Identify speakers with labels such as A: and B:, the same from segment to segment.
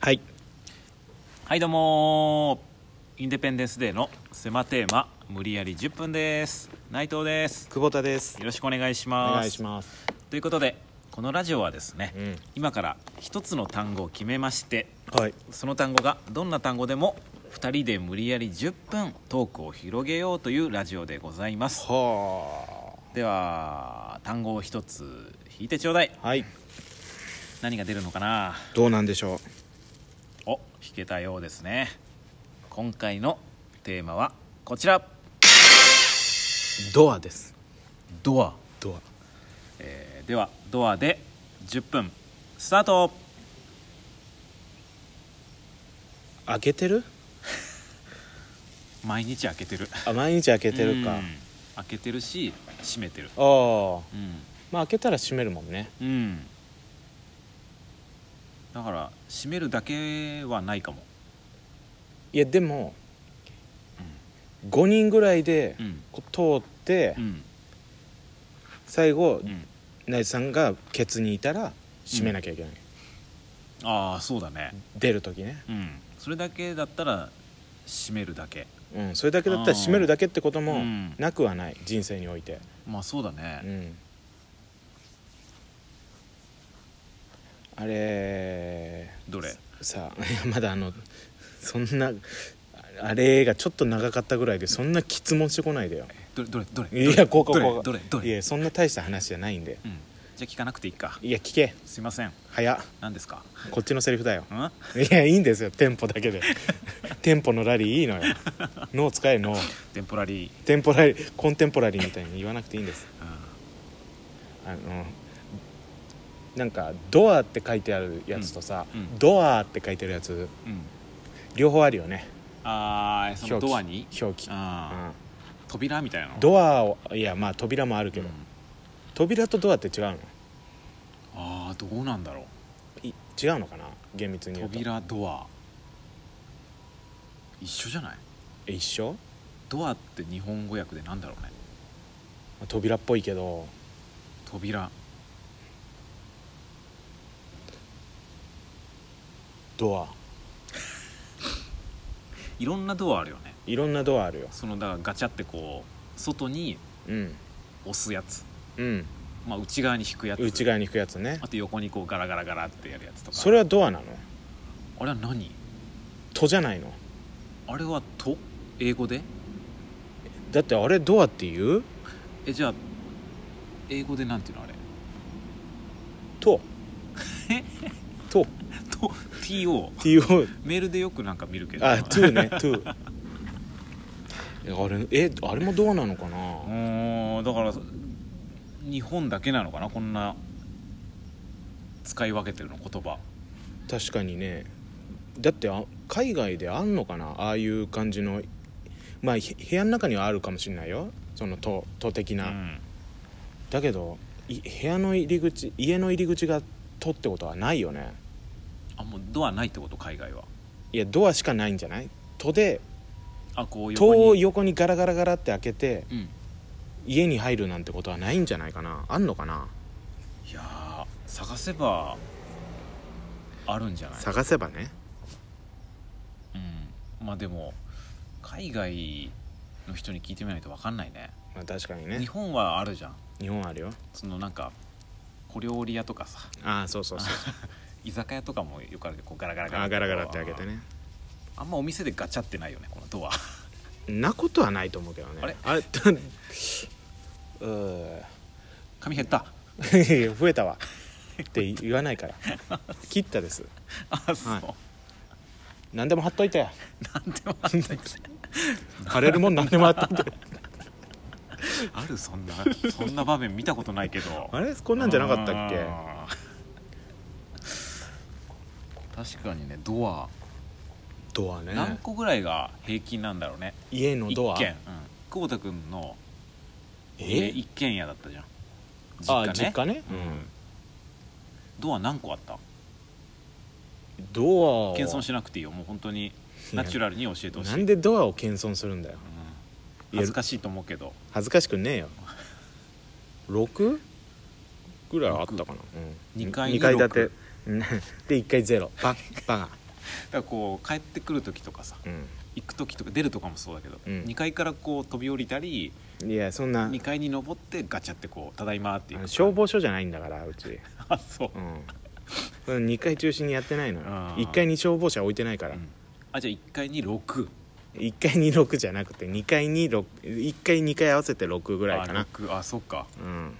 A: はい
B: はいどうもーインデペンデンスデーの狭テーマ無理やり10分です内藤です
A: 久保田です
B: よろしくお願いし
A: お
B: ます
A: 願いします
B: ということでこのラジオはですね、
A: うん
B: 今から一つの単語を決めまして
A: はい
B: その単語がどんな単語でも2人で無理やり10分トークを広げようというラジオでございます
A: は
B: では単語を一つ引いてちょうだい
A: あはい
B: 何が出るのかな
A: どうなんでしょ
B: お弾けたようですね今回のテーマはこちら
A: うドアです
B: ドア、
A: ドア
B: えーではドアで10分スタート
A: 開けてる
B: 毎日開けてる
A: あ毎日開けてるか
B: うん開けてるし閉めてる
A: ああ
B: うん
A: まあ開けたら閉めるもんね
B: うんだから閉めるだけはないかも
A: いやでも5人ぐらいで
B: うん
A: こう通って
B: うん
A: 最後
B: うん
A: ナイツさんがケツにいたら閉めなきゃいけない
B: ああそうだね
A: 出る時ね
B: うんそれだけだったら閉めるだけ
A: うんそれだけだったら閉めるだけってことも
B: うん
A: なくはない人生において
B: まあそうだね、
A: うんあれ
B: どれ
A: さ あいやまだあのそんなあれがちょっと長かったぐらいでそんな質問してこないでよ
B: どれどれどれどれ
A: いやこうか
B: どれ
A: こうか
B: どれどれ
A: いやそんな大した話じゃないんで
B: うん、じゃあ聞かなくていいか
A: いや聞け
B: すいません
A: 早っ
B: 何ですか
A: こっちのセリフだよ
B: うんあ
A: いやいいんですよテンポだけで テンポのラリーいいのよ脳使え脳
B: テンポラリー、
A: テンポラリーコンテンポラリーみたいに言わなくていいんです
B: う
A: あのなんか「ドア」って書いてあるやつとさ「
B: うんうん
A: ドア」って書いてるやつ
B: んうん、
A: 両方あるよね
B: あーその
A: 表記
B: ドアに
A: 表記、
B: あ
A: うん
B: ー扉みたいなの
A: ドアをいやまあ扉もあるけ
B: う
A: ど、
B: ん
A: 扉とドアって違うの
B: ああどうなんだろう
A: い違うのかな厳密に言うと
B: 扉ドア一緒じゃない
A: え一緒
B: ドアって日本語訳でなんだろうね
A: 扉っぽいけど
B: 扉
A: ドア
B: いろんなドアあるよね
A: いろんなドアあるよ
B: そのだからガチャってこう外に
A: うん
B: 押すやつ、
A: うん
B: まあ、内側に引くやつ
A: 内側に行くやつね
B: あと横にこうガラガラガラってやるやつとか
A: それはドアなの
B: あれは何
A: 「と」じゃないの
B: あれは「と」英語で
A: だってあれドアっていう
B: えじゃあ英語でなんていうのあれ
A: 「と」「と」
B: と TO
A: っていう
B: メールでよくなんか見るけど
A: あ、トゥーね、トゥー。あれ、え、あれもドアなのか
B: う
A: な。
B: ーんだから日本だけなのかなこんな使い分けてるの言葉
A: 確かにね。だって、あ海外であんのかな、ああいう感じの。まあ、へ部屋の中にはあるかもしれないよ。そのと、と的
B: う
A: な。
B: ん
A: だけど、い部屋の入り口、家の入り口がとってことはないよね。
B: あもうドアないってこと海外はい
A: や、ドアしかないんじゃない。とで、
B: あこう
A: 戸
B: 横に
A: を横にガラガラガラって開けて、
B: うん
A: 家に入るなんてことはないんじゃないかな。あんのかな。
B: いやー探せばあるんじゃない
A: 探せばね。
B: うんまあでも海外の人に聞いてみないと分かんないね
A: まあ、確かに
B: 日
A: ね。
B: 本はあるじゃん
A: 日本あるよ。
B: そのなんか小料理屋とかさ
A: ああ、そうそうそう。
B: 居酒屋とかもよくあるけどこうガラガラガラ
A: あガラガラって開けてね
B: あんまお店でガチャってないよねこのドア
A: なことはないと思うけどね
B: あれ
A: あれ うー
B: 髪減った
A: 増えたわって言わないから切ったです
B: あそう、
A: はい何でも貼っといて
B: なんでもあんない
A: 貼れるも ん何でも貼っといて
B: あるそんなそんな場面見たことないけど
A: あ
B: れ
A: れこんなんじゃなかったっけ
B: 確かにねドア、
A: ドアね
B: 何個ぐらいが平均なんだろうね
A: 家のドア
B: 一軒、うん、久保田君の家
A: え
B: 一軒家だったじゃん
A: あ
B: 実家
A: 実家
B: ね
A: ね
B: うんドア何個あった
A: ドアを
B: 謙遜しなくていいよもう本当にナチュラルに教えてほしい
A: なんでドアを謙遜するんだよ
B: うん恥ずかしいと思うけど
A: 恥ずかしくねえよ6ぐらいあったかな、うん、
B: 二階 に
A: 二建てうんで1階ゼロババカ
B: からこう帰ってくる時とかさ
A: う
B: 行く時とか出るとかもそうだけど、
A: うん
B: 2階からこう飛び降りたり
A: んいやそんな
B: 2階に登ってガチャってこう「ただいま」ってい
A: あ
B: う
A: の消防署じゃないんだからうち
B: あそう、
A: うんその2階中心にやってないのよ
B: あー
A: 1階に消防車置いてないから、
B: うんあじゃあ1階に6
A: 1階に6じゃなくて2階に6 1階2階合わせて6ぐ
B: ぐ
A: らいかな
B: あ6あそっか
A: うん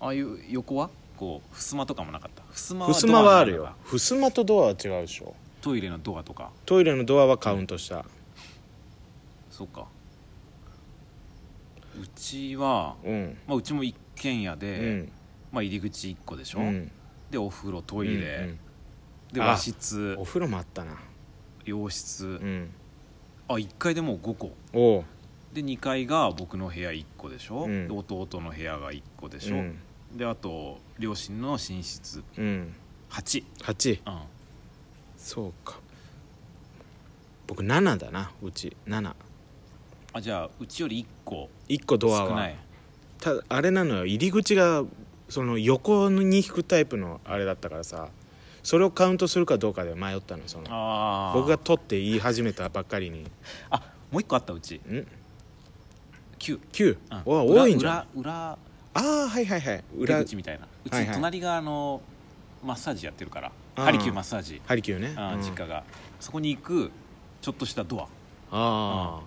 B: ああいう横はこう襖とかもなかった襖は
A: 襖はある
B: ドア
A: よ
B: なのか
A: 襖とドアは違うでしょ
B: トイレのドアとか
A: トイレのドアはカウントした
B: そっかうちは、
A: うん
B: まあ、うちも一軒家
A: う
B: で、
A: ん
B: まあ、入り口1個でしょ、
A: うん
B: でお風呂トイレ、
A: うん
B: で
A: あ
B: 和室
A: うんお風呂もあったな
B: 洋室、
A: うん
B: あ1階でもう5個
A: おう
B: で2階が僕の部屋1個でしょ、
A: うん
B: で弟の部屋が1個でしょ、
A: うん
B: であと両親の寝室
A: うん
B: 8
A: 8
B: うん
A: そうか僕7だなうち71
B: あじゃあうちより1個
A: 個ドア
B: 少な
A: はいたあれなのよ入り口がその横に引くタイプのあれだったからさそれをカウントするかどうかで迷ったのその
B: ああ
A: 僕が「取って言い始めたばっかりに
B: あもう1個あったうち
A: ん
B: 9
A: 9
B: うん
A: お多いんじゃんあ
B: 裏裏
A: あーはいはいはい
B: 裏
A: 裏
B: 出口みたいなう
A: はい
B: ち
A: はい
B: 隣があのマッサージやってるから
A: あー
B: ハリキューマッサージ
A: ハリキューね
B: あー
A: うん
B: 実家がそこに行くちょっとしたドア
A: ああ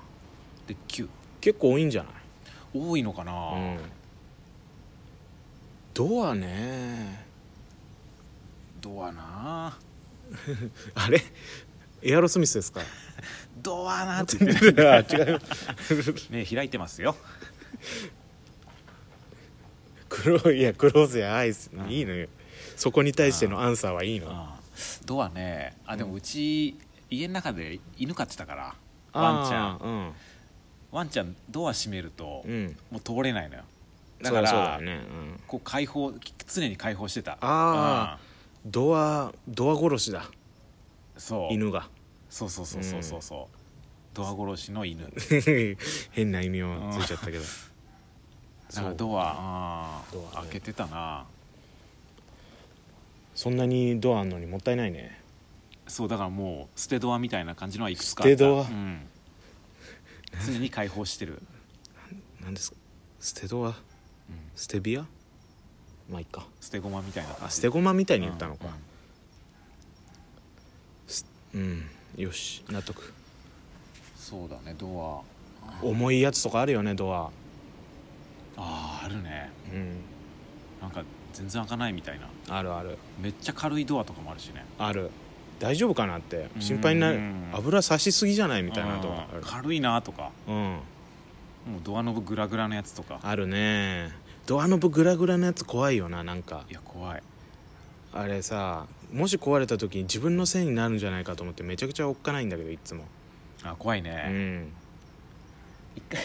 B: で9
A: 結構多いんじゃない
B: 多いのかな
A: うんドアね
B: ドアな
A: あれエアロスミスですか
B: ドア な
A: あ
B: って
A: 違う
B: 目開いてますよ
A: 黒いいやクローズやアイス
B: うん
A: いいのよそこに対してのアンサーはいいのあ
B: あードアねあでもうち家の中で犬飼ってたからワンちゃん
A: ん
B: ワンちゃんドア閉めると
A: うん、うん、
B: もう通れないのよだ
A: だ
B: か
A: かららそうだよね、うん
B: こう開放常に開放してた
A: あドアドア殺しだ
B: うんそう
A: 犬が
B: そうそうそうそうそうそうドア殺しの犬だ
A: 変な意味をついちゃったけど
B: からドア
A: そうド
B: あー
A: アね
B: 開けてたな
A: そんなにドアあんのにもったいないね
B: そうだからもう捨てドアみたいな感じのはいくつか
A: 捨てドア
B: うん、常に開放してる
A: 何ですか捨てドア、捨てビアまあいっか
B: 捨て駒みたいな感
A: あ
B: じ
A: 捨て駒みたいに言ったの
B: うん
A: か
B: うん
A: うん、よし納得
B: そうだねド
A: 重いやつとかあるよねドア
B: アあーあるね
A: うん
B: なんか全然開かないみたいな
A: あるある
B: めっちゃ軽いドアとかもあるしね
A: ある大丈夫かなって心配になる
B: うん
A: 油差しすぎじゃないみたいなドア
B: うん軽いなとか
A: あるうん
B: もうドアノブグラグラのやつとか
A: あるねドアノブグラグラのやつ怖いよななんか
B: いや怖い
A: あれさもし壊れた時に自分のせいになるんじゃないかと思ってめちゃくちゃおっかないんだけどいつも
B: あ怖いうね、
A: ん
B: 一回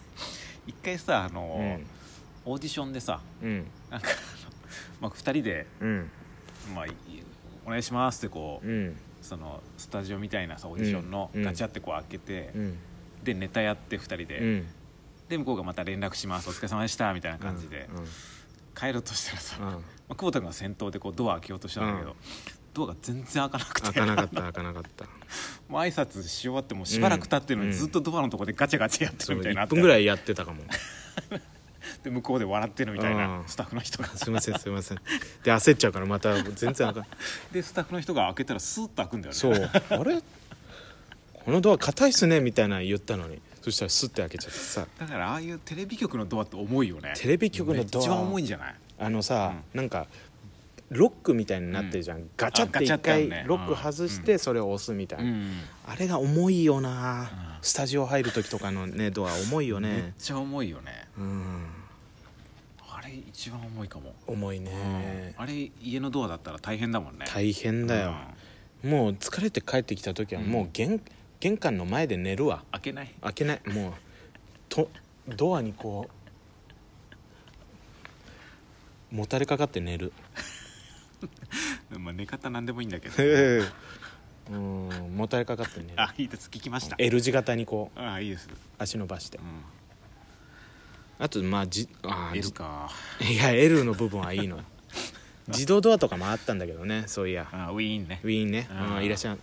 B: 一回さあ
A: う
B: の、
A: ん
B: オーディションでさ、
A: うん
B: まあ、2人で、
A: うん
B: まあい「お願いします」ってこう、
A: うん
B: そのスタジオみたいなさオーディションの
A: うん
B: ガチャってこう開けて、
A: うん
B: でネタやって2人で、
A: うん
B: で向こうがまた連絡しますお疲れ様でしたみたいな感じで、帰ろうとしたらさ、
A: うん
B: ま
A: うん
B: あ、久保田君が先頭でこうドア開けようとしたんだけど、
A: うん
B: ドアが全然開かなくて
A: 開かなかった開かなかった
B: もう挨拶し終わってもうしばらく経ってるのに、
A: うん
B: ずっとドアのとこでガチャガチャやって
A: そう
B: るみたいな
A: 1分ぐら
B: い
A: いやってたかも
B: で向こうで笑ってるみたいな、
A: うん
B: スタッフ の人が
A: すいませんすいませんで焦っちゃうからまた全然あかん
B: でスタッフの人が開けたらスーッと開くんだよね
A: そうあれこのドア硬いっすねみたいなの言ったのにそしたらスッて開けちゃってさ
B: だからああいうテレビ局のドアって重いよね
A: テレビ局のドア
B: 一番重いんじゃない
A: あのさ、なんかロックみたいになってるじゃん、ガチャっ
B: あ
A: て
B: ガチ
A: 一
B: ャってある
A: 回
B: ね
A: ロック外してそれを押すみた
B: う
A: いな、
B: ん
A: あれが重いよな、
B: うん
A: スタジオ入る時とかのねドア重いよ
B: めっ
A: ね
B: ちゃ重いよね
A: うん
B: あれ一番重いかも、
A: 重いね、
B: あれ家のドアだったら大変だもんね
A: 大変だよ、もう疲れて帰ってきた時はもう玄,、玄関の前で寝るわ
B: 開けない
A: 開けないもうとドアにこうもたれかかって寝る
B: まあ寝方なんでもいいんだけ
A: う
B: ど
A: んもたれかかって寝る
B: あいいです聞きました
A: L 字型にこう
B: あいいです、
A: 足伸ばして
B: うん、
A: あとまあじあー
B: L か
A: じいや L の部分はいいのよ自動ドアとかもあったんだけどねそういや
B: あウィーンね
A: ウィーンね、
B: うん
A: うんいらっしゃい、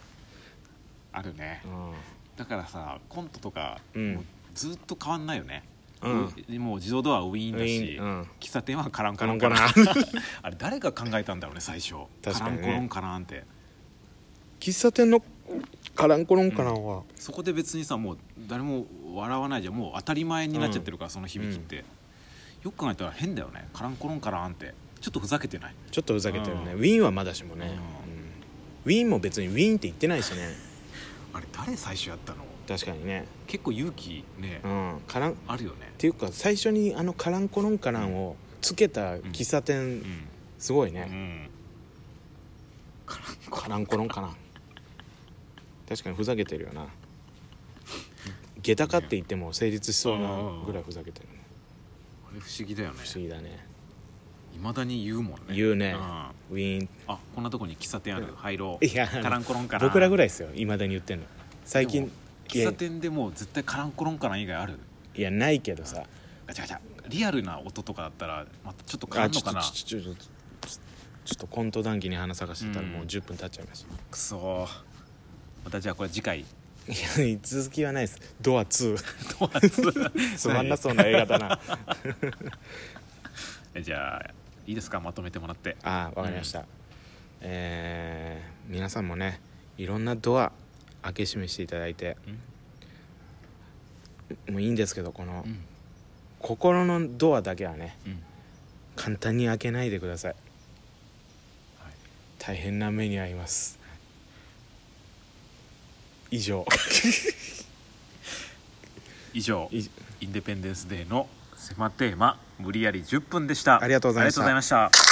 B: あるね
A: うん
B: だからさコントとか、
A: うん
B: もうずっと変わんないよね、
A: うん
B: うもう自動ドアウィーン
A: ウ
B: だし、
A: ィーンうん
B: 喫茶店はカランカラン
A: カ
B: カ
A: ラ
B: ラ
A: ン
B: ン
A: カ
B: あれ誰が考えたんだろうね最初
A: 確かにね
B: カランコロンカランって
A: 喫茶店のカランコロンカランは、
B: そこで別にさもう誰も笑わないじゃんもう当たり前になっちゃってるから、その響きって、よく考えたら変だよねカランコロンカランってちょっとふざけてない
A: ちょっとふざけてるね、
B: うん
A: ウィーンはまだしもね、
B: うん
A: うんウィーンも別にウィーンって言ってないしね
B: あれ誰最初やったの
A: 確かにね、
B: 結構勇気ね、
A: うん、カランっ
B: あるよね
A: ていうか最初にあのカランコロンカランをつけた喫茶店、
B: うん
A: すごいうね、
B: んカランコロン
A: カランコロンカラン確かにふざけてるよな下駄かって言っても成立しそうなぐらいふざけてるね
B: あれ不思議だよね
A: 不思議だね
B: いまだに言うもんね
A: 言うね
B: んあ
A: ウィーン
B: こんなとこに喫茶店ある入ろう
A: いや
B: カランコロンカラン
A: 僕らぐら
B: い
A: いですよいまだに言ってんの最近い
B: 喫
A: や
B: 茶店でもう絶対カランコロンカラン以外ある
A: いやないけどさ
B: ガチャガチャリアルな音とかだったらまたちょっと変わ
A: あ
B: るの
A: ちょ
B: か
A: っと
B: な
A: ちょっとちょっとちょっとコント談義に花探してたら
B: うん
A: もう10分経っちゃいまし
B: くそーまたじゃあこれ次回
A: た、いや 続きはないですドア2
B: ドアツー
A: つまんなそうな映画だな
B: えじゃあいいですかまとめてもらって
A: ああわかりました、えー皆さんもねいろんなドア開け閉めしていただいてもういいんですけどこの、
B: うん
A: 心のドアだけはね
B: うん
A: 簡単に開けないでください
B: はい
A: 大変な目に遭います以 上
B: 以上
A: い
B: インデペンデンスデーの狭テーマ無理やり10分でした
A: ありがとうございました
B: ありがとうございました